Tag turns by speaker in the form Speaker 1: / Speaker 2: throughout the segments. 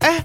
Speaker 1: 哎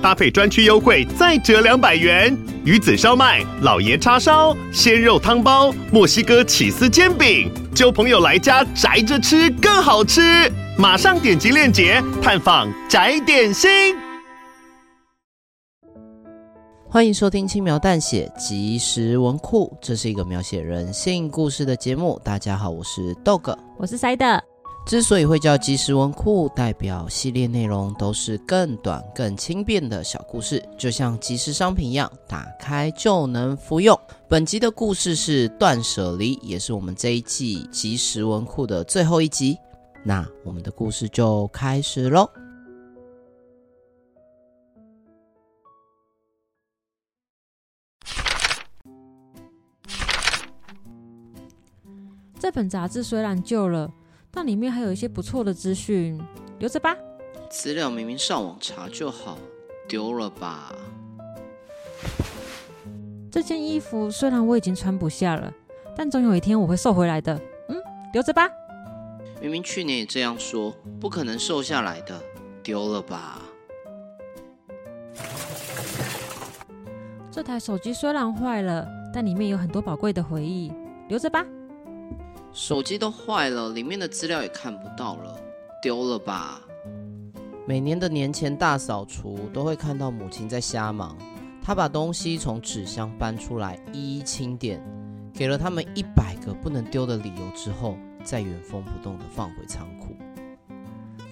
Speaker 1: 搭配专区优惠再折两百元。鱼子烧麦、老爷叉烧、鲜肉汤包、墨西哥起司煎饼，就朋友来家宅着吃更好吃。马上点击链接探访宅点心。
Speaker 2: 欢迎收听《轻描淡写即时文库》，这是一个描写人性故事的节目。大家好，我是 Dog。
Speaker 3: 我是塞的，
Speaker 2: 之所以会叫即时文库，代表系列内容都是更短、更轻便的小故事，就像即时商品一样，打开就能服用。本集的故事是断舍离，也是我们这一季即时文库的最后一集。那我们的故事就开始喽。
Speaker 3: 这本杂志虽然旧了，但里面还有一些不错的资讯，留着吧。
Speaker 2: 资料明明上网查就好，丢了吧。
Speaker 3: 这件衣服虽然我已经穿不下了，但总有一天我会瘦回来的。嗯，留着吧。
Speaker 2: 明明去年也这样说，不可能瘦下来的，丢了吧。
Speaker 3: 这台手机虽然坏了，但里面有很多宝贵的回忆，留着吧。
Speaker 2: 手机都坏了，里面的资料也看不到了，丢了吧。每年的年前大扫除都会看到母亲在瞎忙，她把东西从纸箱搬出来一一清点，给了他们一百个不能丢的理由之后，再原封不动的放回仓库。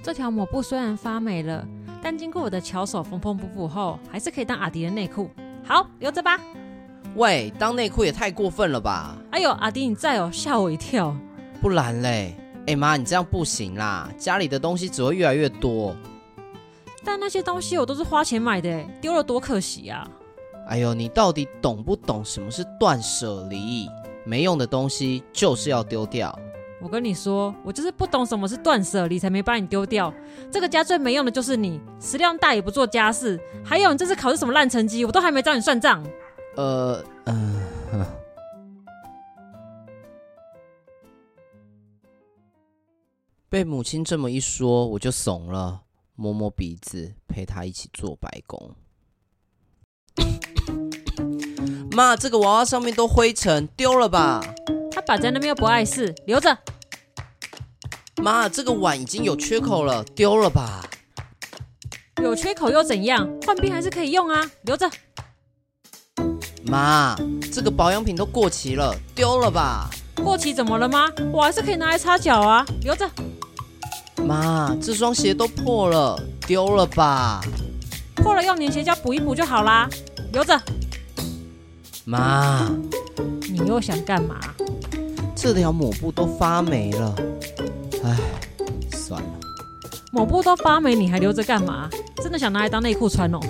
Speaker 3: 这条抹布虽然发霉了，但经过我的巧手缝缝补补后，还是可以当阿迪的内裤。好，留着吧。
Speaker 2: 喂，当内裤也太过分了吧？
Speaker 3: 哎呦，阿迪你在哦，吓我一跳。
Speaker 2: 不然嘞，哎妈，你这样不行啦，家里的东西只会越来越多。
Speaker 3: 但那些东西我都是花钱买的，丢了多可惜啊！
Speaker 2: 哎呦，你到底懂不懂什么是断舍离？没用的东西就是要丢掉。
Speaker 3: 我跟你说，我就是不懂什么是断舍离，才没把你丢掉。这个家最没用的就是你，食量大也不做家事，还有你这次考试什么烂成绩，我都还没找你算账。
Speaker 2: 呃，嗯、呃，被母亲这么一说，我就怂了，摸摸鼻子，陪她一起做白工。 妈，这个娃娃上面都灰尘，丢了吧。
Speaker 3: 他摆在那边又不碍事，留着。
Speaker 2: 妈，这个碗已经有缺口了，丢了吧。
Speaker 3: 有缺口又怎样？换冰还是可以用啊，留着。
Speaker 2: 妈，这个保养品都过期了，丢了吧。
Speaker 3: 过期怎么了吗？我还是可以拿来擦脚啊，留着。
Speaker 2: 妈，这双鞋都破了，丢了吧。
Speaker 3: 破了用粘鞋胶补一补就好啦，留着。
Speaker 2: 妈，
Speaker 3: 你又想干嘛？
Speaker 2: 这条抹布都发霉了，唉，算了。
Speaker 3: 抹布都发霉，你还留着干嘛？真的想拿来当内裤穿哦？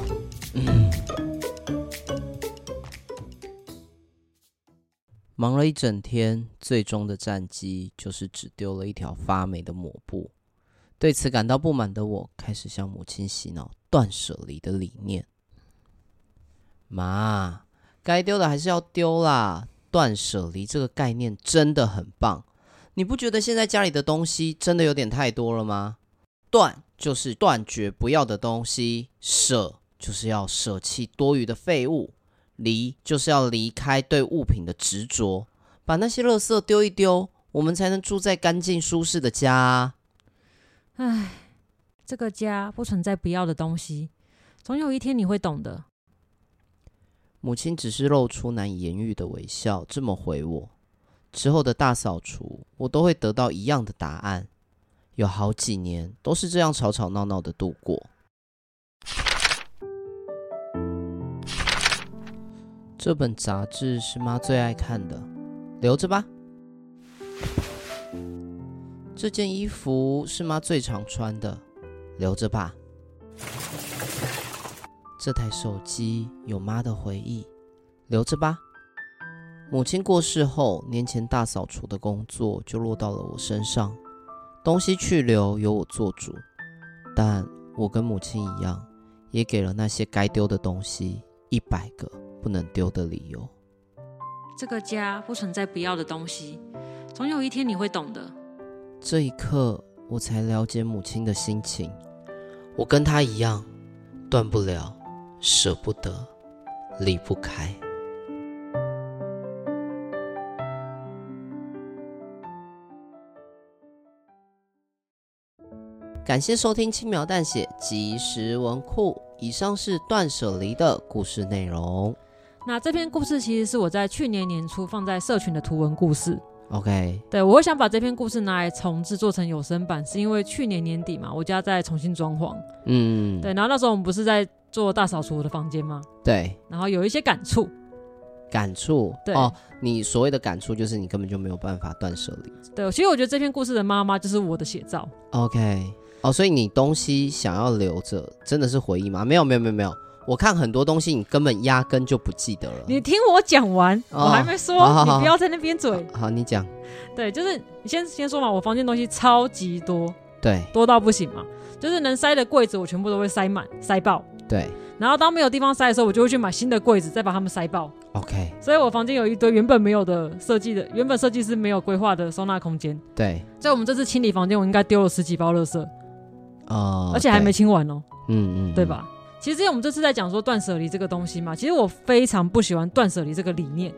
Speaker 2: 忙了一整天，最终的战绩就是只丢了一条发霉的抹布。对此感到不满的我，开始向母亲洗脑断舍离的理念。妈，该丢的还是要丢啦。断舍离这个概念真的很棒，你不觉得现在家里的东西真的有点太多了吗？断就是断绝不要的东西，舍就是要舍弃多余的废物，离就是要离开对物品的执着，把那些垃圾丢一丢，我们才能住在干净舒适的家、啊。
Speaker 3: 唉，这个家不存在不要的东西，总有一天你会懂的。
Speaker 2: 母亲只是露出难以言喻的微笑，这么回我。之后的大扫除，我都会得到一样的答案。有好几年都是这样吵吵闹闹的度过。这本杂志是妈最爱看的，留着吧。这件衣服是妈最常穿的，留着吧。这台手机有妈的回忆，留着吧。母亲过世后，年前大扫除的工作就落到了我身上。东西去留由我做主，但我跟母亲一样，也给了那些该丢的东西一百个不能丢的理由。
Speaker 3: 这个家不存在不要的东西，总有一天你会懂的。
Speaker 2: 这一刻，我才了解母亲的心情。我跟她一样，断不了，舍不得，离不开。感谢收听《轻描淡写即时文库》，以上是断舍离的故事内容。
Speaker 3: 那这篇故事其实是我在去年年初放在社群的图文故事。
Speaker 2: OK，
Speaker 3: 对我会想把这篇故事拿来重制作成有声版，是因为去年年底嘛，我家在重新装潢。
Speaker 2: 嗯，
Speaker 3: 对，然后那时候我们不是在做大扫除我的房间吗？
Speaker 2: 对，
Speaker 3: 然后有一些感触。
Speaker 2: 感触。
Speaker 3: 对
Speaker 2: 哦，你所谓的感触就是你根本就没有办法断舍离。
Speaker 3: 对，其实我觉得这篇故事的妈妈就是我的写照。
Speaker 2: OK，哦，所以你东西想要留着，真的是回忆吗？没有，没有，没有，没有。我看很多东西，你根本压根就不记得了。
Speaker 3: 你听我讲完，
Speaker 2: 哦
Speaker 3: 我还没说，
Speaker 2: 好好好
Speaker 3: 你不要在那边嘴。
Speaker 2: 好好，你讲。
Speaker 3: 对，就是你先先说嘛，我房间东西超级多，
Speaker 2: 对
Speaker 3: 多到不行嘛，就是能塞的柜子我全部都会塞满塞爆，
Speaker 2: 对
Speaker 3: 然后当没有地方塞的时候，我就会去买新的柜子，再把它们塞爆。
Speaker 2: ，OK，
Speaker 3: 所以我房间有一堆原本没有的设计的，原本设计师没有规划的收纳空间。
Speaker 2: 对，
Speaker 3: 在我们这次清理房间，我应该丢了十几包垃圾，
Speaker 2: 哦，
Speaker 3: 而且还没
Speaker 2: 对，
Speaker 3: 清完哦，
Speaker 2: 嗯嗯，
Speaker 3: 对？吧？其实我们这次在讲说断舍离这个东西嘛，其实我非常不喜欢断舍离这个理念，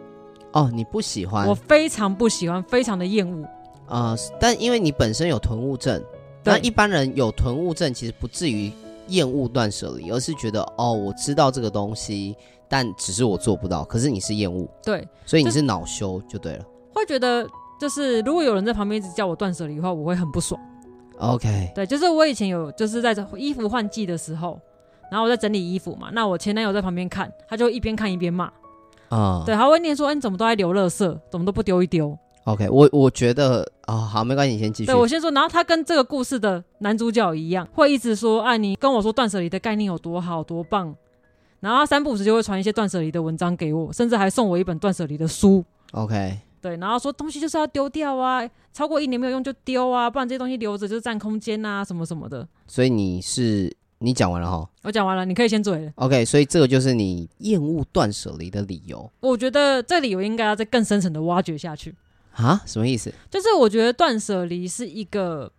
Speaker 2: 哦，你不喜欢
Speaker 3: 我非常不喜欢，非常的厌恶。
Speaker 2: 啊、但因为你本身有囤物症，那
Speaker 3: 对
Speaker 2: 一般人有囤物症，其实不至于厌恶断舍离，而是觉得哦，我知道这个东西，但只是我做不到。可是你是厌恶，
Speaker 3: 对，
Speaker 2: 所以你
Speaker 3: 就是
Speaker 2: 是恼羞就对了。
Speaker 3: 会觉得就是如果有人在旁边一直叫我断舍离的话，我会很不爽。
Speaker 2: OK，
Speaker 3: 对，就是我以前有就是在衣服换季的时候，然后我在整理衣服嘛，那我前男友在旁边看，他就一边看一边骂，
Speaker 2: 啊、
Speaker 3: 对，他会念说：“哎、你怎么都在留垃圾，怎么都不丢一丢
Speaker 2: OK，我我觉得哦，好，没关系，你先？”继续
Speaker 3: 对。我先说，然后他跟这个故事的男主角一样，会一直说：“哎、你跟我说断舍离的概念有多好，多棒。”然后他三不五时就会传一些断舍离的文章给我，甚至还送我一本断舍离的书。
Speaker 2: OK，
Speaker 3: 对，然后说东西就是要丢掉啊，超过一年没有用就丢啊，不然这些东西留着就是占空间啊，什么什么的。
Speaker 2: 所以你是你讲完了哈。
Speaker 3: 我讲完了，你可以先嘴了。
Speaker 2: OK，所以这个就是你厌恶断舍离的理由
Speaker 3: 我觉得这里我应该要再更深层的挖掘下去。
Speaker 2: 啊？什么意思？
Speaker 3: 就是我觉得断舍离是一个，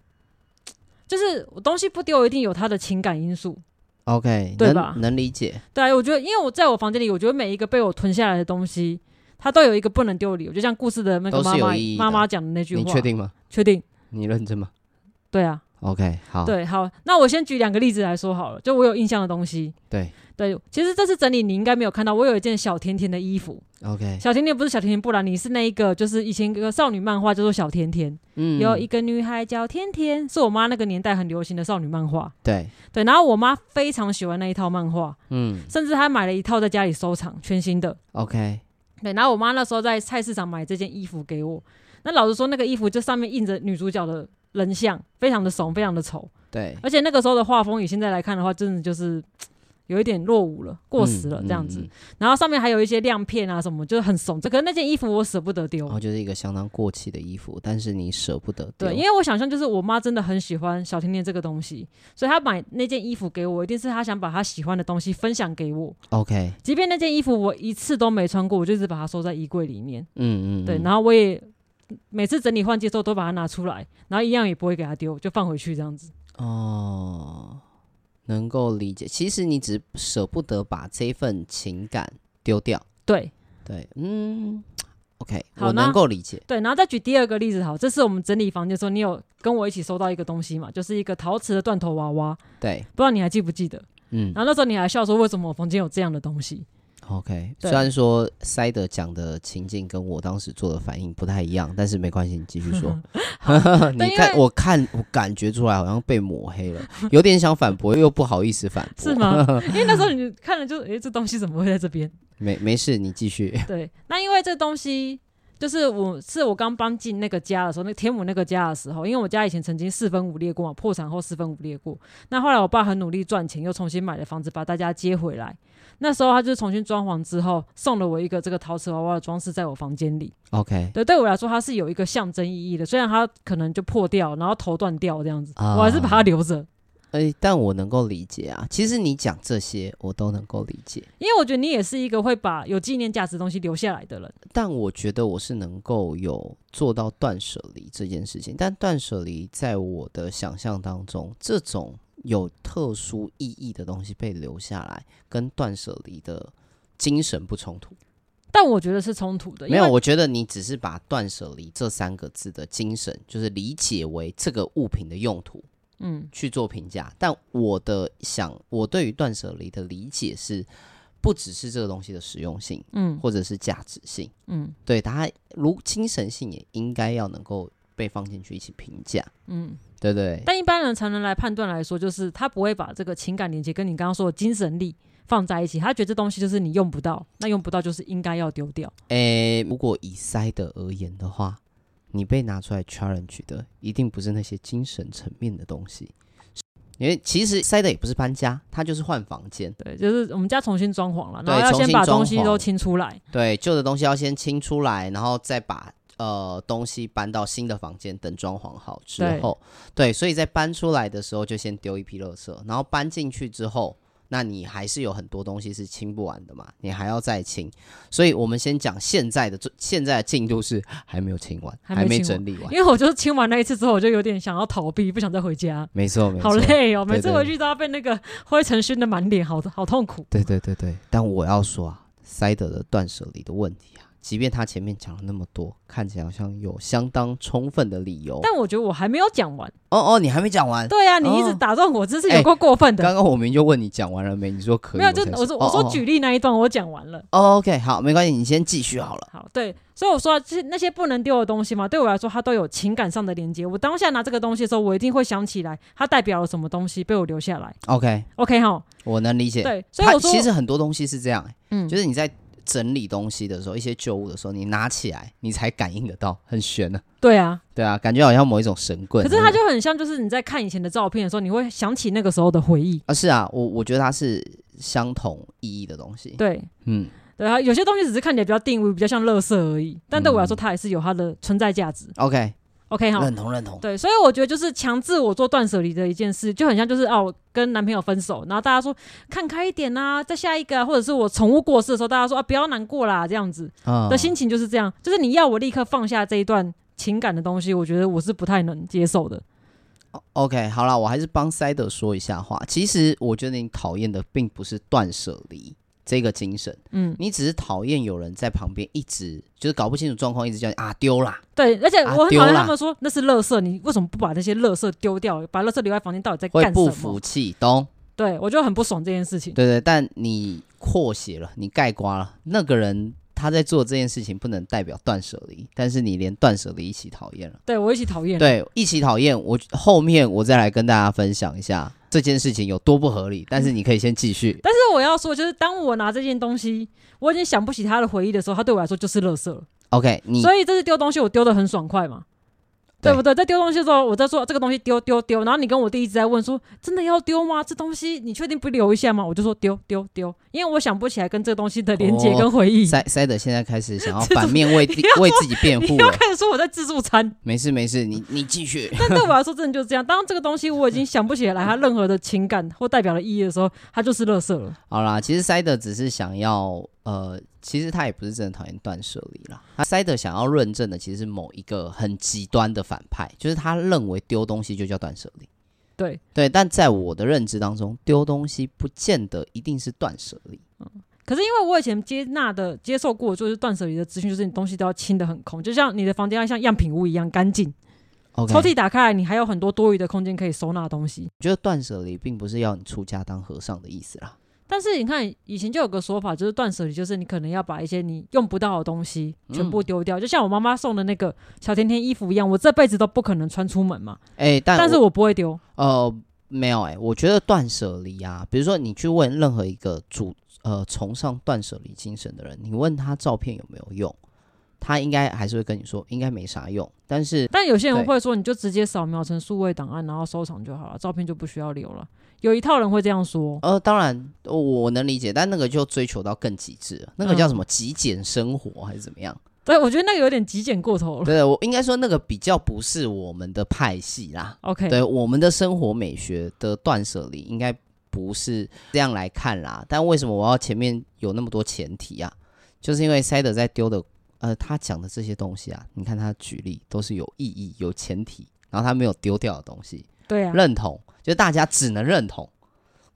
Speaker 3: 就是我东西不丢一定有它的情感因素。
Speaker 2: OK，
Speaker 3: 对吧
Speaker 2: 能能理解。
Speaker 3: 对啊，我觉得因为我在我房间里，我觉得每一个被我吞下来的东西，它都有一个不能丢的理由。就像故事的那个
Speaker 2: 都
Speaker 3: 妈
Speaker 2: 是有
Speaker 3: 妈
Speaker 2: 意义的
Speaker 3: 妈妈讲的那句话，
Speaker 2: 你确？定吗？
Speaker 3: 确定？
Speaker 2: 你认真吗
Speaker 3: 对啊，
Speaker 2: ？OK，好。
Speaker 3: 对，好，那我先举两个例子来说好了，就我有印象的东西。
Speaker 2: 对
Speaker 3: 对，其实这次整理你应该没有看到，我有一件小甜甜的衣服。
Speaker 2: ，OK，
Speaker 3: 小甜甜不是小甜甜布兰妮，是那一个就是以前一个少女漫画叫做小甜甜，
Speaker 2: 嗯
Speaker 3: 有一个女孩叫甜甜，是我妈那个年代很流行的少女漫画。
Speaker 2: 对，
Speaker 3: 对，然后我妈非常喜欢那一套漫画，
Speaker 2: 嗯
Speaker 3: 甚至她买了一套在家里收藏，全新的。
Speaker 2: ，OK，
Speaker 3: 对，然后我妈那时候在菜市场买这件衣服给我，那老实说，那个衣服就上面印着女主角的人像，非常的怂，非常的丑，
Speaker 2: 对，
Speaker 3: 而且那个时候的画风，以现在来看的话，真的就是嘖有一点落伍了，过时了
Speaker 2: 嗯
Speaker 3: 这样子。
Speaker 2: 嗯嗯
Speaker 3: 然后上面还有一些亮片啊什么，就是很怂。这可是那件衣服我舍不得丢，
Speaker 2: 然后就是一个相当过气的衣服，但是你舍不得丢。
Speaker 3: 对，因为我想象就是我妈真的很喜欢小甜甜这个东西，所以她买那件衣服给我，一定是她想把她喜欢的东西分享给我。
Speaker 2: OK，
Speaker 3: 即便那件衣服我一次都没穿过，我就一直把它收在衣柜里面。
Speaker 2: 嗯嗯，
Speaker 3: 对，
Speaker 2: 嗯
Speaker 3: 然后我也每次整理换季之后都把它拿出来，然后一样也不会给它丢，就放回去这样子。
Speaker 2: 哦，能够理解。其实你只舍不得把这份情感丢掉。
Speaker 3: 对
Speaker 2: 对，嗯，OK，
Speaker 3: 好
Speaker 2: 我
Speaker 3: 那
Speaker 2: 能够理解。
Speaker 3: 对，然后再举第二个例子好，这次我们整理房间的时候，你有跟我一起收到一个东西嘛？就是一个陶瓷的断头娃娃，
Speaker 2: 对，
Speaker 3: 不知道你还记不记得？
Speaker 2: 嗯
Speaker 3: 然后那时候你还笑说，为什么我房间有这样的东西？
Speaker 2: ，OK。
Speaker 3: 对
Speaker 2: 虽然说塞德讲的情境跟我当时做的反应不太一样，但是没关系，你继续 说。
Speaker 3: 但
Speaker 2: 你
Speaker 3: 因
Speaker 2: 看，
Speaker 3: 为
Speaker 2: 我看，我感觉出来好像被抹黑了，有点想反驳，又不好意思反驳。
Speaker 3: 是？吗？因为那时候你看了就，诶，这东西怎么会在这边？
Speaker 2: 没没事，你继续。
Speaker 3: 对，那因为这东西就是我是我刚搬进那个家的时候，那个天母那个家的时候，因为我家以前曾经四分五裂过嘛，破产后四分五裂过。那后来我爸很努力赚钱，又重新买了房子，把大家接回来。那时候他就是重新装潢之后，送了我一个这个陶瓷娃娃的装饰在我房间里。
Speaker 2: OK，
Speaker 3: 对，对我来说它是有一个象征意义的，虽然它可能就破掉，然后头断掉这样子，
Speaker 2: 啊
Speaker 3: 我还是把它留着，
Speaker 2: 哎、但我能够理解啊。其实你讲这些，我都能够理解。
Speaker 3: 因为我觉得你也是一个会把有纪念价值的东西留下来的人。
Speaker 2: 但我觉得我是能够有做到断舍离这件事情，但断舍离在我的想象当中，这种有特殊意义的东西被留下来，跟断舍离的精神不冲突。
Speaker 3: 但我觉得是冲突的，呃因
Speaker 2: 没
Speaker 3: 为
Speaker 2: 有，我觉得你只是把断舍离这三个字的精神，就是理解为这个物品的用途
Speaker 3: 嗯，
Speaker 2: 去做评价。但我的想，我对于断舍离的理解是，不只是这个东西的实用性
Speaker 3: 嗯
Speaker 2: 或者是价值性。
Speaker 3: 嗯
Speaker 2: 对，它如精神性也应该要能够被放进去一起评价，
Speaker 3: 嗯，
Speaker 2: 对不对？
Speaker 3: 但一般人常人来判断来说，就是他不会把这个情感连接跟你刚刚说的精神力放在一起，他觉得这东西就是你用不到，那用不到就是应该要丢掉。
Speaker 2: 诶，如果以塞德而言的话，你被拿出来 challenge 的，一定不是那些精神层面的东西，因为其实塞德也不是搬家，他就是换房间。
Speaker 3: 对，就是我们家重新装潢了，
Speaker 2: 对
Speaker 3: 然后要
Speaker 2: 重
Speaker 3: 先
Speaker 2: 新
Speaker 3: 把
Speaker 2: 装
Speaker 3: 东西
Speaker 2: 潢
Speaker 3: 都清出来。
Speaker 2: 对，旧的东西要先清出来，然后再把呃东西搬到新的房间，等装潢好之
Speaker 3: 对
Speaker 2: 后，对，所以在搬出来的时候就先丢一批垃圾，然后搬进去之后，那你还是有很多东西是清不完的嘛，你还要再清。所以我们先讲现在的最现在的进度是还没有清完，
Speaker 3: 还
Speaker 2: 还
Speaker 3: 没清完
Speaker 2: 整理完
Speaker 3: 因。为我就是清完那一次之后，我就有点想要逃避，不想再回家。
Speaker 2: 没错，没错。
Speaker 3: 好累哦，
Speaker 2: 对
Speaker 3: 每次
Speaker 2: 对哦
Speaker 3: 回去都要被那个灰尘熏得满脸，好好痛苦。
Speaker 2: 对对对对，但我要说啊，塞德的断舍离的问题啊，即便他前面讲了那么多，看起来好像有相当充分的理由。
Speaker 3: 但我觉得我还没有讲完。
Speaker 2: 哦哦，你还没讲完。
Speaker 3: 对啊，你一直
Speaker 2: 哦
Speaker 3: 打断我，真是有
Speaker 2: 哎
Speaker 3: 够过分的。
Speaker 2: 刚刚我明明就问你讲完了没，你说可以，
Speaker 3: 没有，就
Speaker 2: 才
Speaker 3: 我说我说。举
Speaker 2: 哦
Speaker 3: 例那一段我讲完了。
Speaker 2: 哦哦 OK，好，没关系，你先继续好了。
Speaker 3: 好，对，所以我说啊就是那些不能丢的东西嘛，对我来说它都有情感上的连接。我当下拿这个东西的时候，我一定会想起来它代表了什么东西被我留下来。
Speaker 2: OK，
Speaker 3: OK 哈，
Speaker 2: 我能理解。
Speaker 3: 对，所以
Speaker 2: 它
Speaker 3: 我说，
Speaker 2: 其实很多东西是这样、欸
Speaker 3: 嗯，
Speaker 2: 就是你在整理东西的时候，一些旧物的时候，你拿起来，你才感应得到，很悬呢、
Speaker 3: 对啊。
Speaker 2: 对啊，感觉好像某一种神棍。
Speaker 3: 可是它就很像，就是你在看以前的照片的时候，你会想起那个时候的回忆。
Speaker 2: 啊，是啊，我我觉得它是相同意义的东西。
Speaker 3: 对，
Speaker 2: 嗯，
Speaker 3: 对啊，有些东西只是看起来比较定位，比较像垃圾而已，但对我来
Speaker 2: 嗯
Speaker 3: 说，它还是有它的存在价值。
Speaker 2: ，OK，
Speaker 3: OK 好，
Speaker 2: 认同认同。
Speaker 3: 对，所以我觉得就是强制我做断舍离的一件事，就很像就是哦、我跟男朋友分手，然后大家说看开一点啊，再下一个、啊，或者是我宠物过世的时候，大家说啊不要难过啦，这样子
Speaker 2: 啊
Speaker 3: 的心情就是这样，就是你要我立刻放下这一段情感的东西，我觉得我是不太能接受的。
Speaker 2: OK，好了，我还是帮塞德说一下话。其实我觉得你讨厌的并不是断舍离这个精神。
Speaker 3: 嗯，
Speaker 2: 你只是讨厌有人在旁边一直就是搞不清楚状况，一直叫你啊丢啦，
Speaker 3: 对，而且
Speaker 2: 啊
Speaker 3: 我很
Speaker 2: 丢
Speaker 3: 讨厌
Speaker 2: 啦
Speaker 3: 他们说、那是垃圾，你为什么不把那些垃圾丢掉，把垃圾留在房间，到底在
Speaker 2: 会
Speaker 3: 干
Speaker 2: 不
Speaker 3: 什么
Speaker 2: 服？气，懂？
Speaker 3: 对我就很不爽这件事情。
Speaker 2: 对对，但你扩写了，你盖瓜了。那个人他在做这件事情，不能代表断舍离，但是你连断舍离一起讨厌了。
Speaker 3: 对我一起讨厌。
Speaker 2: 对，一起讨厌。我后面我再来跟大家分享一下这件事情有多不合理，但是你可以先继续。
Speaker 3: 但是我要说，就是当我拿这件东西，我已经想不起他的回忆的时候，他对我来说就是垃圾了。
Speaker 2: OK，你
Speaker 3: 所以这次丢东西，我丢的很爽快嘛，
Speaker 2: 嗯对
Speaker 3: 对不对？在丢东西的时候，我在说这个东西丢丢丢，然后你跟我弟一直在问说，真的要丢吗？这东西你确定不留一下吗？我就说丢丢丢，因为我想不起来跟这个东西的连接
Speaker 2: 哦
Speaker 3: 跟回忆。
Speaker 2: 塞塞德现在开始想要
Speaker 3: 这种
Speaker 2: 反面为自己
Speaker 3: 你要
Speaker 2: 为自己辩护
Speaker 3: 你要
Speaker 2: 了。
Speaker 3: 开始说我在自助餐，
Speaker 2: 没事没事，你你继续。
Speaker 3: 但对我来说真的就是这样。当这个东西我已经想不起来它任何的情感或代表的意义的时候，它就是垃圾了。
Speaker 2: 好啦，其实塞德只是想要，呃，其实他也不是真的讨厌断舍离啦。他塞德想要论证的其实是某一个很极端的反派，就是他认为丢东西就叫断舍离。
Speaker 3: 对
Speaker 2: 对，但在我的认知当中，丢东西不见得一定是断舍离。
Speaker 3: 可是因为我以前接纳的、接受过，就是断舍离的资讯，就是你东西都要清的很空，就像你的房间要像样品屋一样干净，
Speaker 2: OK，
Speaker 3: 抽屉打开来，你还有很多多余的空间可以收纳东西。
Speaker 2: 我觉得断舍离并不是要你出家当和尚的意思啦。
Speaker 3: 但是你看，以前就有个说法，就是断舍离，就是你可能要把一些你用不到的东西
Speaker 2: 嗯
Speaker 3: 全部丢掉，就像我妈妈送的那个小甜甜衣服一样，我这辈子都不可能穿出门嘛，
Speaker 2: 哎、但
Speaker 3: 但是
Speaker 2: 我
Speaker 3: 我不会丢。
Speaker 2: 呃，没有哎、我觉得断舍离啊，比如说你去问任何一个主呃崇尚断舍离精神的人，你问他照片有没有用，他应该还是会跟你说应该没啥用，但是
Speaker 3: 但有些人
Speaker 2: 对
Speaker 3: 会说，你就直接扫描成数位档案，然后收藏就好了，照片就不需要留了。有一套人会这样说，
Speaker 2: 呃，当然我我能理解，但那个就追求到更极致了，那个叫
Speaker 3: 嗯
Speaker 2: 什么极简生活还是怎么样？
Speaker 3: 对我觉得那个有点极简过头了。
Speaker 2: 对，我应该说那个比较不是我们的派系啦。
Speaker 3: OK，
Speaker 2: 对我们的生活美学的断舍离，应该不是这样来看啦。但为什么我要前面有那么多前提啊？就是因为塞德在丢的，呃，他讲的这些东西啊，你看他举例都是有意义、有前提，然后他没有丢掉的东西，
Speaker 3: 对啊。
Speaker 2: 认同，就大家只能认同，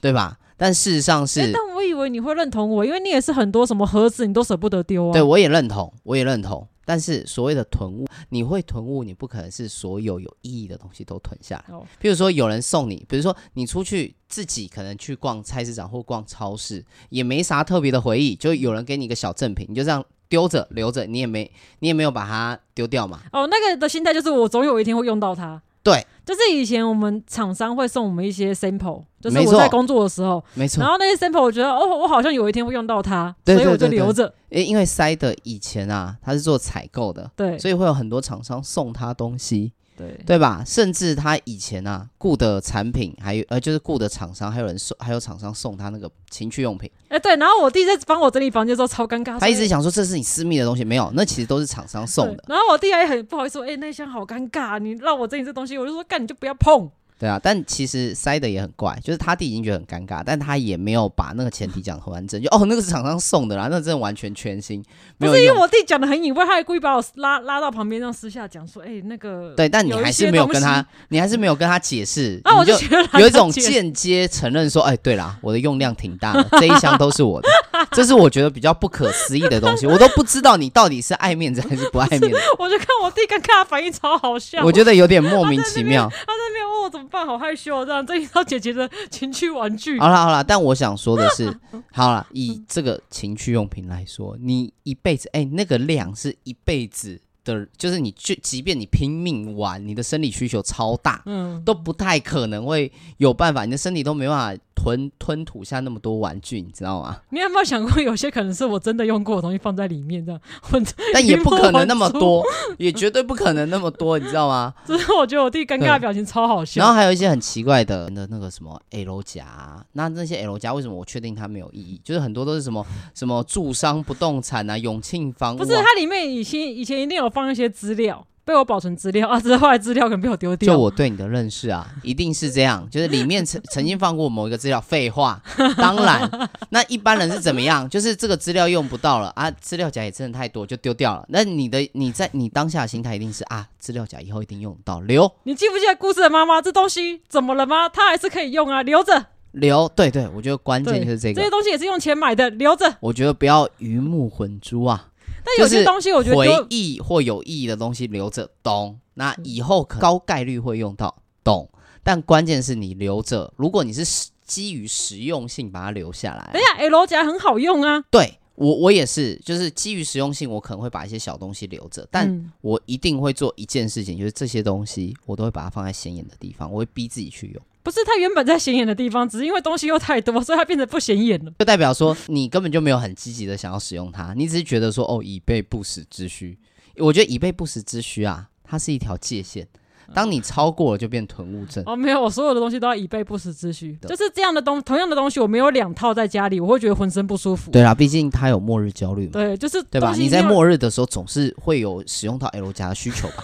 Speaker 2: 对吧？但事实上
Speaker 3: 诶
Speaker 2: 是，
Speaker 3: 但我以为你会认同我，因为你也是很多什么盒子你都舍不得丢啊。
Speaker 2: 对我也认同，我也认同。但是所谓的囤物，你会囤物，你不可能是所有有意义的东西都囤下来。
Speaker 3: 哦，
Speaker 2: 比如说有人送你，比如说你出去自己可能去逛菜市场或逛超市，也没啥特别的回忆，就有人给你一个小赠品，你就这样丢着留着，你也没你也没有把它丢掉嘛。
Speaker 3: 哦，那个的心态就是我总有一天会用到它。
Speaker 2: 对，
Speaker 3: 就是以前我们厂商会送我们一些 sample，就是
Speaker 2: 没
Speaker 3: 我
Speaker 2: 错
Speaker 3: 在工作的时候，
Speaker 2: 没
Speaker 3: 然
Speaker 2: 错，
Speaker 3: 后那些 sample 我觉得哦，我好像有一天会用到它，
Speaker 2: 对
Speaker 3: 所以
Speaker 2: 对
Speaker 3: 我就
Speaker 2: 对对
Speaker 3: 留着。
Speaker 2: 诶因为塞的以前啊，他是做采购的，
Speaker 3: 对
Speaker 2: 所以会有很多厂商送他东西，
Speaker 3: 对
Speaker 2: 对吧？甚至他以前啊雇的产品，还有呃就是雇的厂商，还有人送，还有厂商送他那个情趣用品，
Speaker 3: 哎对，然后我弟在帮我整理房间的时候超尴尬，
Speaker 2: 他一直
Speaker 3: 说
Speaker 2: 想说这是你私密的东西，没有，那其实都是厂商送
Speaker 3: 对
Speaker 2: 的。
Speaker 3: 然后我弟还很不好意思说，哎、那一箱好尴尬，你让我整理这东西，我就说干你就不要碰。
Speaker 2: 对啊，但其实塞的也很怪，就是他弟已经觉得很尴尬，但他也没有把那个前提讲得很完整，就哦那个是厂商送的啦，那真的完全全新，没
Speaker 3: 不
Speaker 2: 有
Speaker 3: 是因为
Speaker 2: 用。
Speaker 3: 我弟讲的很隐晦，他还故意把我拉拉到旁边，让私下讲说，哎、那个
Speaker 2: 对，但你还是没有跟他，你还是没有跟他解释，
Speaker 3: 啊，我
Speaker 2: 你
Speaker 3: 就
Speaker 2: 就
Speaker 3: 觉得他
Speaker 2: 有一种
Speaker 3: 很贱
Speaker 2: 间接承认说，哎，对啦，我的用量挺大的，这一箱都是我的，这是我觉得比较不可思议的东西，我都不知道你到底是爱面子还是不爱面子，
Speaker 3: 我就看我弟尴尬的反应超好笑，
Speaker 2: 我觉得有点莫
Speaker 3: 啊
Speaker 2: 名其妙。
Speaker 3: 他在那边问我怎么办，好害羞哦，这样 这一套姐姐的情趣玩 具。
Speaker 2: 好了好了，但我想说的是，好了，以这个情趣用品来说，你一辈子，哎、那个量是一辈子的，就是你就即便你拼命玩，你的生理需求超大，
Speaker 3: 嗯，
Speaker 2: 都不太可能会有办法，你的身体都没办法吞吞吐下那么多玩具，你知道吗？
Speaker 3: 你有没有想过，有些可能是我真的用过的东西放在里面，这样我
Speaker 2: 但也不可能那么
Speaker 3: 一目了然
Speaker 2: 多，也绝对不可能那么多，你知道吗？
Speaker 3: 就是我觉得我弟尴尬的表情超好
Speaker 2: 然后
Speaker 3: 笑。
Speaker 2: 还有一些很奇怪的的那个什么 L 夹啊，那那些 L 夹为什么我确定它没有意义？就是很多都是什么什么住商不动产啊、永庆房屋、啊，
Speaker 3: 不是，它里面以前以前一定有放一些资料，被我保存资料啊， 只是后来资料可能被我丢掉。
Speaker 2: 就我对你的认识啊，一定是这样，就是里面曾曾经放过某一个资料，废话。当然，那一般人是怎么样？就是这个资料用不到了啊，资料夹也真的太多，就丢掉了。那你的你在你当下的心态一定是啊，资料夹以后一定用得到，留
Speaker 3: 你记不记得故事的妈妈这东西怎么了吗？它还是可以用啊，留着。
Speaker 2: 留。对对，我觉得关键就是这
Speaker 3: 这
Speaker 2: 个
Speaker 3: 些。东西也是用钱买的，留着。
Speaker 2: 我觉得不要鱼目混珠啊，
Speaker 3: 但有
Speaker 2: 就
Speaker 3: 些
Speaker 2: 是
Speaker 3: 东西我觉得
Speaker 2: 回
Speaker 3: 丢
Speaker 2: 忆或有意义的东西留着，懂？那
Speaker 3: 嗯
Speaker 2: 以后可高概率会用到，懂？但关键是你留着，如果你是实基于实用性把它留下来啊，
Speaker 3: 等一下 L 夹很好用啊。
Speaker 2: 对我我也是，就是基于实用性，我可能会把一些小东西留着，但
Speaker 3: 嗯
Speaker 2: 我一定会做一件事情，就是这些东西我都会把它放在显眼的地方，我会逼自己去用，
Speaker 3: 不是它原本在显眼的地方，只是因为东西又太多，所以它变得不显眼了。
Speaker 2: 就代表说你根本就没有很积极的想要使用它，你只是觉得说哦以备不时之需。我觉得以备不时之需啊，它是一条界限，当你超过了就变囤物症。
Speaker 3: 嗯哦，没有，我所有的东西都要以备不时之需，
Speaker 2: 对
Speaker 3: 就是这样的东，同样的东西，我没有两套在家里，我会觉得浑身不舒服。
Speaker 2: 对啦，毕竟它有末日焦虑嘛，
Speaker 3: 对，就是
Speaker 2: 对吧？
Speaker 3: 东西
Speaker 2: 你在
Speaker 3: 一定
Speaker 2: 末日的时候总是会有使用到 L 加的需求 吧？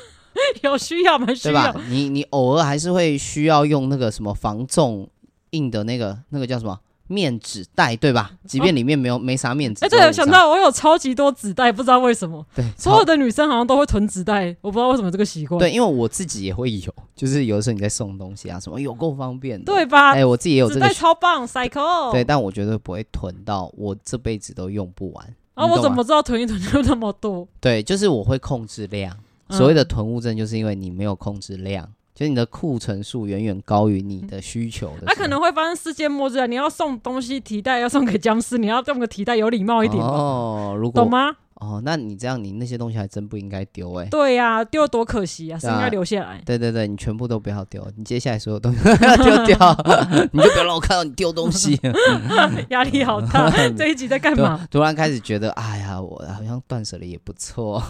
Speaker 3: 要有需要蛮需
Speaker 2: 对吧
Speaker 3: 要，？
Speaker 2: 你你偶尔还是会需要用那个什么防重印的那个那个叫什么面纸袋，对吧？即便里面没有、没啥面纸，
Speaker 3: 哦哎，
Speaker 2: 只
Speaker 3: 对，
Speaker 2: 有
Speaker 3: 我
Speaker 2: 五
Speaker 3: 想
Speaker 2: 张
Speaker 3: 到我有超级多纸袋，不知道为什么，
Speaker 2: 对
Speaker 3: 所有
Speaker 2: 超
Speaker 3: 的女生好像都会囤纸袋，我不知道为什么这个习惯。
Speaker 2: 对，因为我自己也会有，就是有的时候你在送东西啊什么，有够方便的。
Speaker 3: 对，吧？
Speaker 2: 哎，我自己也有这
Speaker 3: 纸
Speaker 2: 个
Speaker 3: 袋
Speaker 2: 需。
Speaker 3: 超棒，cycle。
Speaker 2: 对，但我绝对不会囤到我这辈子都用不完。
Speaker 3: 啊，
Speaker 2: 你
Speaker 3: 我
Speaker 2: 懂
Speaker 3: 怎
Speaker 2: 吗
Speaker 3: 么知道囤一囤就那么多？
Speaker 2: 对，就是我会控制量。
Speaker 3: 嗯
Speaker 2: 所谓的囤物症，就是因为你没有控制量，就是你的库存数远远高于你的需求的时候。
Speaker 3: 那、可能会发生世界末日啊！你要送东西提袋，要送给僵尸，你要用个提袋有礼貌一点吧，
Speaker 2: 哦，如果
Speaker 3: 懂吗？
Speaker 2: 哦，那你这样，你那些东西还真不应该丢哎。
Speaker 3: 对呀、丢了多可惜啊，是应
Speaker 2: 对啊
Speaker 3: 该留下来。
Speaker 2: 对对对，你全部都不要丢，你接下来所有东西都要丢掉， 你就不要让我看到你丢东西。
Speaker 3: 压力好大，这一集在干嘛？
Speaker 2: 突突然开始觉得，哎呀，我好像断舍离也不 错。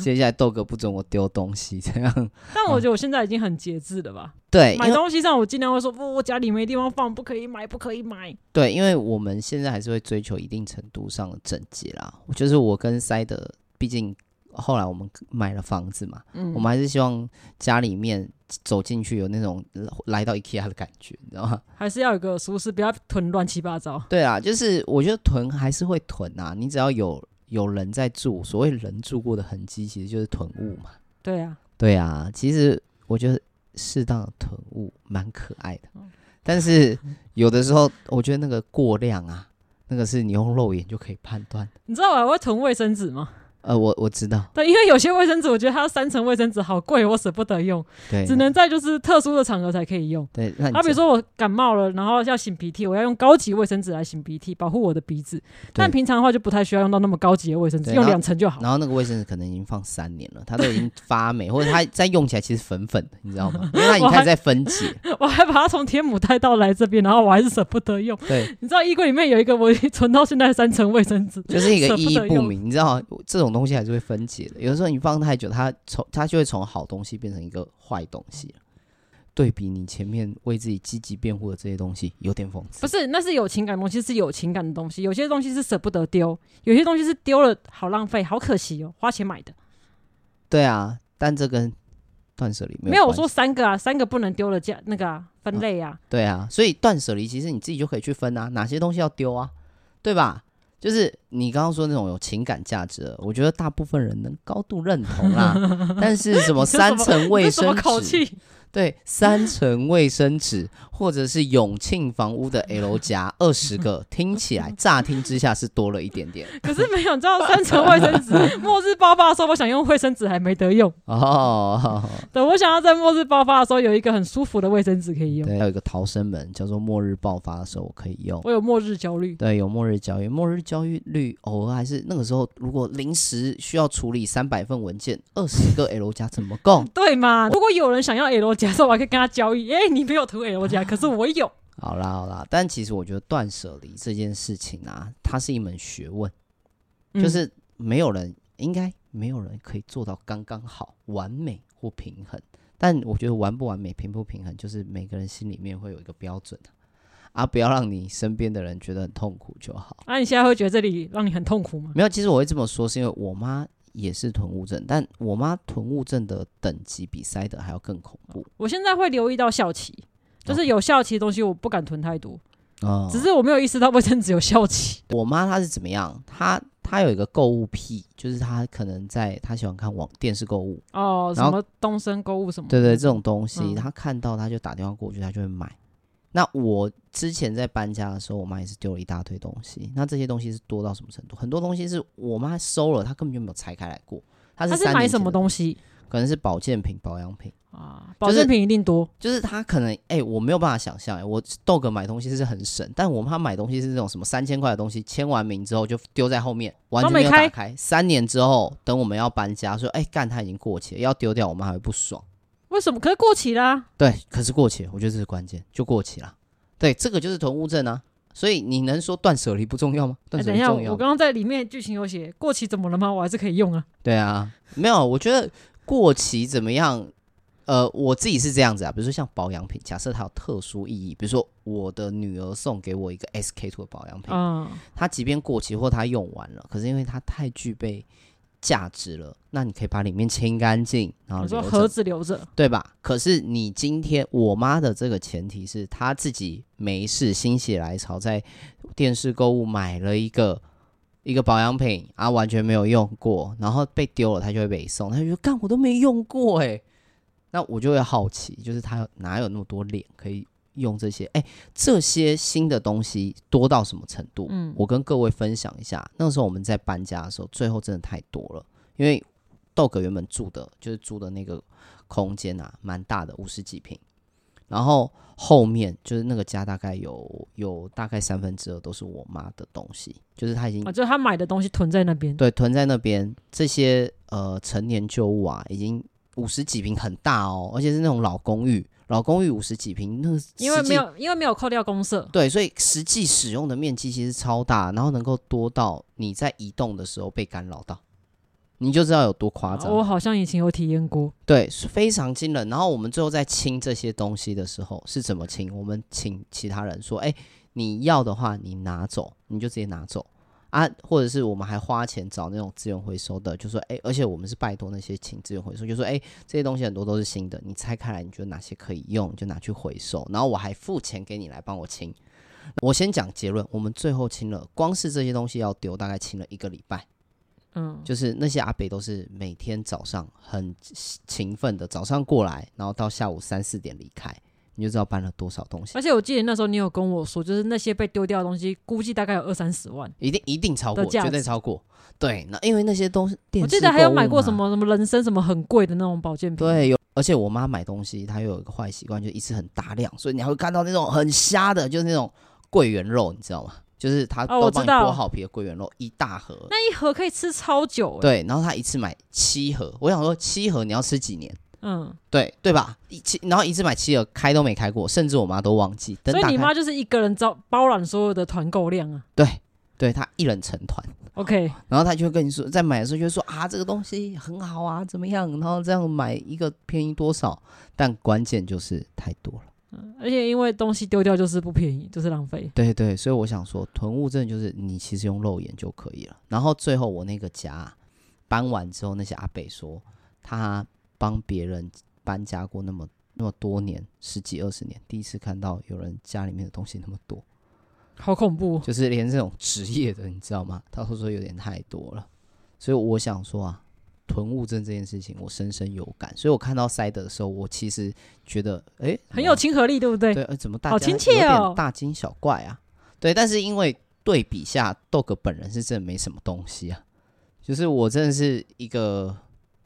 Speaker 2: 接下来豆哥不准我丢东西，这样
Speaker 3: 但我觉得我现在已经很节制了吧。
Speaker 2: 对，因
Speaker 3: 买
Speaker 2: 为
Speaker 3: 东西上，我尽量会说不，我家里没地方放，不可以买，不可以买。
Speaker 2: 对，因为我们现在还是会追求一定程度上的整洁啦。就是我跟塞德，毕竟后来我们买了房子嘛，
Speaker 3: 嗯
Speaker 2: 我们还是希望家里面走进去有那种来到 IKEA 的感觉，你知道吗？
Speaker 3: 还是要有个舒适，不要囤乱七八糟。
Speaker 2: 对啊，就是我觉得囤还是会囤啊，你只要有有人在住，所谓人住过的痕迹，其实就是囤物嘛。
Speaker 3: 对啊，
Speaker 2: 对啊，其实我觉得适当的囤物蛮可爱的，
Speaker 3: 嗯
Speaker 2: 但是有的时候我觉得那个过量啊，那个是你用肉眼就可以判断的。
Speaker 3: 你知道我还会囤卫生纸吗？
Speaker 2: 呃，我我知道，
Speaker 3: 对，因为有些卫生纸，我觉得它要三层卫生纸好贵，我舍不得用，
Speaker 2: 对，
Speaker 3: 只能在就是特殊的场合才可以用。
Speaker 2: 对，那你
Speaker 3: 啊，比如
Speaker 2: 这
Speaker 3: 说我感冒了，然后要擤鼻涕，我要用高级卫生纸来擤鼻涕，保护我的鼻子。但平常的话就不太需要用到那么高级的卫生纸，
Speaker 2: 对然
Speaker 3: 用
Speaker 2: 后
Speaker 3: 两层就好。
Speaker 2: 然后那个卫生纸可能已经放三年了，它都已经发霉，或者它再用起来其实粉粉的，你知道吗？因为它已经
Speaker 3: 我
Speaker 2: 开
Speaker 3: 还
Speaker 2: 始在分解，
Speaker 3: 我还把它从天母带到来这边，然后我还是舍不得用。
Speaker 2: 对，
Speaker 3: 你知道衣柜里面有一个我已经存到现在三层卫生纸，
Speaker 2: 就是一个
Speaker 3: 舍不
Speaker 2: 意义
Speaker 3: 得
Speaker 2: 不
Speaker 3: 用
Speaker 2: 明，你知道吗这种东西还是会分解的。有的时候你放太久，它从它就会从好东西变成一个坏东西了对比你前面为自己积极辩护的这些东西，有点讽
Speaker 3: 不
Speaker 2: 刺。
Speaker 3: 是，那是有情感的东西，是有情感的东西。有些东西是舍不得丢，有些东西是丢了好浪费，好可惜哦，花钱买的。
Speaker 2: 对啊，但这跟断舍离没有
Speaker 3: 没有，我
Speaker 2: 关
Speaker 3: 说
Speaker 2: 系
Speaker 3: 三个啊，三个不能丢了，价那个啊，分类啊。
Speaker 2: 对啊，所以断舍离其实你自己就可以去分啊，哪些东西要丢啊，对吧？就是你刚刚说那种有情感价值的，我觉得大部分人能高度认同 啦。但是什么
Speaker 3: 这
Speaker 2: 三
Speaker 3: 什么
Speaker 2: 层卫
Speaker 3: 这什么
Speaker 2: 生
Speaker 3: 口
Speaker 2: 纸，
Speaker 3: 气？
Speaker 2: 对，三层卫生纸，或者是永庆房屋的 L 夹二十个，听起来乍听之下是多了一点点
Speaker 3: 可是没有，你知道三层卫生纸， 末日爆发的时候，我想用卫生纸还没得用。
Speaker 2: 哦。
Speaker 3: 等我想要在末日爆发的时候有一个很舒服的卫生纸可以用。
Speaker 2: 对，还有一个逃生门叫做末日爆发的时候，我可以用。
Speaker 3: 我有末日焦虑，
Speaker 2: 对，有末日交易，末日交易率偶尔还是那个时候，如果临时需要处理三百份文件，二十个 L 夹怎么够？
Speaker 3: 对嘛？如果有人想要 L 加，我还可以跟他交易。哎、你没有涂 L 加，可是我有。
Speaker 2: 好啦好啦，但其实我觉得断舍离这件事情啊，它是一门学问。
Speaker 3: 嗯
Speaker 2: 就是没有人，应该没有人可以做到刚刚好、完美或平衡。但我觉得完不完美、平不平衡，就是每个人心里面会有一个标准啊，啊不要让你身边的人觉得很痛苦就好。
Speaker 3: 啊，你现在会觉得这里让你很痛苦吗？
Speaker 2: 没有，其实我会这么说，是因为我妈也是囤物症，但我妈囤物症的等级比塞德还要更恐怖。
Speaker 3: 我现在会留意到效期，就是有效期的东西我不敢囤太多，
Speaker 2: 哦
Speaker 3: 只是我没有意识到卫生纸有效期。
Speaker 2: 我妈她是怎么样？她她有一个购物癖，就是她可能在她喜欢看网电视购物，
Speaker 3: 哦，什
Speaker 2: 然后
Speaker 3: 么东升购物什么？
Speaker 2: 对对，这种东西，
Speaker 3: 嗯
Speaker 2: 他看到他就打电话过去，他就会买。那我之前在搬家的时候，我妈也是丢了一大堆东西。那这些东西是多到什么程度？很多东西是我妈收了，她根本就没有拆开来过。她
Speaker 3: 他
Speaker 2: 是
Speaker 3: 是
Speaker 2: 三
Speaker 3: 买
Speaker 2: 年
Speaker 3: 什
Speaker 2: 前
Speaker 3: 么
Speaker 2: 的
Speaker 3: 东西
Speaker 2: 可能是保健品、保养品，
Speaker 3: 啊？保健品一定多，
Speaker 2: 就是她可能哎、我没有办法想象、哎，我豆哥买东西是很省，但我妈买东西是那种什么三千块的东西，签完名之后就丢在后面，完
Speaker 3: 都
Speaker 2: 全没有
Speaker 3: 没
Speaker 2: 打
Speaker 3: 开
Speaker 2: 开。三年之后，等我们要搬家，说哎干，它已经过期了，要丢掉，我妈还会不爽。
Speaker 3: 为什么？可是过期啦、
Speaker 2: 对，可是过期了，我觉得这是关键，就过期了。对，这个就是囤物症啊。所以你能说断舍离不重要吗？断
Speaker 3: 哎
Speaker 2: 舍
Speaker 3: 等一
Speaker 2: 离
Speaker 3: 下，
Speaker 2: 重要
Speaker 3: 我
Speaker 2: 吗。
Speaker 3: 刚刚在里面剧情有写过期怎么了吗？我还是可以用啊。
Speaker 2: 对啊，没有，我觉得过期怎么样？呃，我自己是这样子啊，比如说像保养品，假设它有特殊意义，比如说我的女儿送给我一个 SK two 的保养品，
Speaker 3: 嗯，
Speaker 2: 它即便过期或它用完了，可是因为它太具备价值了，那你可以把里面清干净，然后
Speaker 3: 我说
Speaker 2: 留着
Speaker 3: 盒子留着，
Speaker 2: 对吧？可是你今天我妈的这个前提是她自己没事心血来潮在电视购物买了一个一个保养品啊，完全没有用过，然后被丢了，她就会被送，她就觉得干我都没用过哎、那我就会好奇，就是她哪有那么多脸可以用这些？哎、这些新的东西多到什么程度？
Speaker 3: 嗯
Speaker 2: 我跟各位分享一下，那时候我们在搬家的时候，最后真的太多了，因为豆哥原本住的就是住的那个空间啊，蛮大的，五十几平。然后后面就是那个家大概有有大概三分之二都是我妈的东西，就是她已经
Speaker 3: 啊，就是他买的东西囤在那边。
Speaker 2: 对，囤在那边这些呃陈年旧物啊，已经五十几平很大哦，而且是那种老公寓，老公寓五十几平，那个
Speaker 3: 因为
Speaker 2: 实际
Speaker 3: 没有，因为没有扣掉公社，
Speaker 2: 对，所以实际使用的面积其实超大，然后能够多到你在移动的时候被干扰到，你就知道有多夸张。
Speaker 3: 我好像以前有体验过。
Speaker 2: 对，是非常惊人。然后我们最后在清这些东西的时候是怎么清？我们请其他人说：“哎，你要的话，你拿走，你就直接拿走啊。”或者是我们还花钱找那种资源回收的，就说：“哎，而且我们是拜托那些请资源回收，就说：哎，这些东西很多都是新的，你拆开来，你觉得哪些可以用，你就拿去回收。然后我还付钱给你来帮我清。”我先讲结论，我们最后清了，光是这些东西要丢，大概清了一个礼拜。
Speaker 3: 嗯，
Speaker 2: 就是那些阿北都是每天早上很勤奋的，早上过来，然后到下午三四点离开，你就知道搬了多少东西
Speaker 3: 而，且我记得那时候你有跟我说，就是那些被丢掉的东西，估计大概有二三十万。
Speaker 2: 一定一定超过，
Speaker 3: 的价值
Speaker 2: 绝对超过。对，那因为那些东西，电
Speaker 3: 我记
Speaker 2: 视
Speaker 3: 得还有
Speaker 2: 购物
Speaker 3: 买过
Speaker 2: 嘛
Speaker 3: 什？么什么人参什么很贵的那种保健品。
Speaker 2: 对，有，而且我妈买东西，她又有一个坏习惯，就一次很大量，所以你还会看到那种很瞎的，就是那种桂圆肉，你知道吗？就是她
Speaker 3: 哦
Speaker 2: 都
Speaker 3: 我
Speaker 2: 帮
Speaker 3: 知
Speaker 2: 你剥
Speaker 3: 道
Speaker 2: 好皮的桂圆肉一大盒，
Speaker 3: 那一盒可以吃超久、欸。，
Speaker 2: 对，然后她一次买七盒，我想说七盒你要吃几年？
Speaker 3: 嗯，
Speaker 2: 对对吧？一七，然后一次买七盒，开都没开过，甚至我妈都忘记。等
Speaker 3: 所以
Speaker 2: 打
Speaker 3: 你妈
Speaker 2: 开，
Speaker 3: 就是一个人招包揽所有的团购量啊。
Speaker 2: 对对，她一人成团，
Speaker 3: OK，
Speaker 2: 然后她就会跟你说，在买的时候就会说啊，这个东西很好啊，怎么样？然后这样买一个便宜多少？但关键就是太多了。
Speaker 3: 而且因为东西丢掉就是不便宜，就是浪费。
Speaker 2: 对对，所以我想说，囤物真的就是你其实用肉眼就可以了。然后最后我那个家啊搬完之后，那些阿北说他帮别人搬家过那么那么多年，十几二十年，第一次看到有人家里面的东西那么多。
Speaker 3: 好恐怖！哦
Speaker 2: 就是连这种职业的，你知道吗？他说说有点太多了，所以我想说啊，囤物症这件事情我深深有感，所以我看到塞德的时候，我其实觉得哎、诶
Speaker 3: 很有亲和力，对不对？
Speaker 2: 对，呃，怎么大
Speaker 3: 哎好
Speaker 2: 家
Speaker 3: 亲切
Speaker 2: 有
Speaker 3: 哦
Speaker 2: 点大惊小怪啊？对，但是因为对比下，豆哥本人是真的没什么东西啊，就是我真的是一个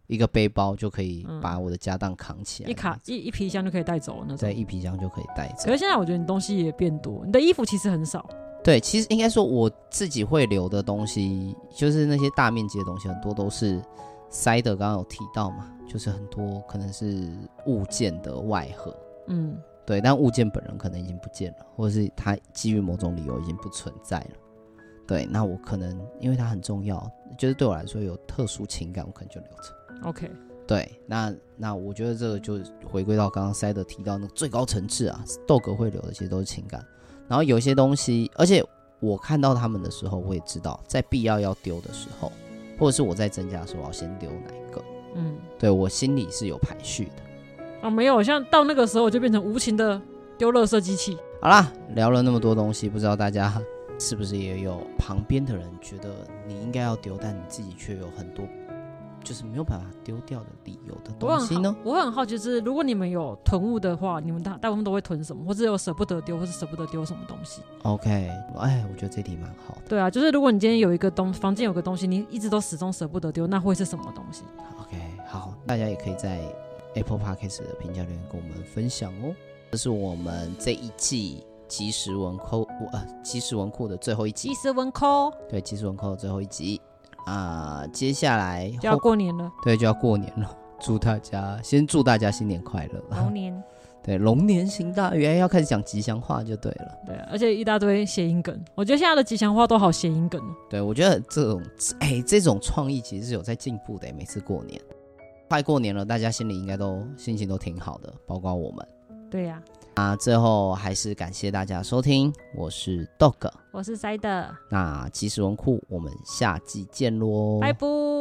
Speaker 2: 一个背包就可以
Speaker 3: 嗯
Speaker 2: 把我的家当扛起来的
Speaker 3: 一
Speaker 2: 那种，
Speaker 3: 卡一一皮箱就可以带走那
Speaker 2: 在
Speaker 3: 种。
Speaker 2: 一皮箱就可以带走
Speaker 3: 可是。现在我觉得你东西也变多，你的衣服其实很少。
Speaker 2: 对，其实应该说我自己会留的东西，就是那些大面积的东西，很多都是塞的。刚刚有提到嘛，就是很多可能是物件的外盒，
Speaker 3: 嗯，
Speaker 2: 对，但物件本人可能已经不见了，或者是它基于某种理由已经不存在了。对，那我可能因为它很重要，就是对我来说有特殊情感，我可能就留着。
Speaker 3: OK，
Speaker 2: 对，那那我觉得这个就回归到刚刚塞德提到那个最高层次啊，豆哥会留的其实都是情感，然后有一些东西，而且我看到他们的时候，我也知道在必要要丢的时候，或者是我在增加的时候，我要先丢哪一个，
Speaker 3: 嗯，
Speaker 2: 对我心里是有排序的。
Speaker 3: 啊，没有，像到那个时候我就变成无情的丢垃圾机器。
Speaker 2: 好啦，聊了那么多东西，不知道大家 是不是也有旁边的人觉得你应该要丢，但你自己却有很多就是没有办法丢掉的理由的
Speaker 3: 我
Speaker 2: 东西
Speaker 3: 很
Speaker 2: 呢
Speaker 3: 好，？我很好奇，就是如果你们有囤物的话，你们大大部分都会囤什么，或者有舍不得丢，或是舍不得丢什么东西？
Speaker 2: OK，哎，我觉得这题蛮好的。
Speaker 3: 对啊，就是如果你今天有一个东房间有个东西，你一直都始终舍不得丢，那会是什么东西？
Speaker 2: OK，好，大家也可以在 Apple Podcast 的评价留言跟我们分享哦。这是我们这一季即时文库呃即时文库的最后一
Speaker 3: 即
Speaker 2: 集，
Speaker 3: 时文扣，
Speaker 2: 对，即时文库的最后一集啊、接下来
Speaker 3: 就要
Speaker 2: 后
Speaker 3: 过年了，
Speaker 2: 对就要过年了，祝大家先祝大家新年快乐，
Speaker 3: 龙年。
Speaker 2: 对，龙年行大运，哎要开始讲吉祥话就对了。
Speaker 3: 对啊，而且一大堆谐音梗，我觉得现在的吉祥话都好谐音梗哦。
Speaker 2: 对，我觉得这种哎，这种创意其实是有在进步的。每次过年，快过年了，大家心里应该都心情都挺好的，包括我们。
Speaker 3: 对呀、
Speaker 2: 那啊最后还是感谢大家的收听，我是 Dog。
Speaker 3: 我是塞的，
Speaker 2: 那即时文库，我们下季见喽，
Speaker 3: 拜拜。
Speaker 2: 哦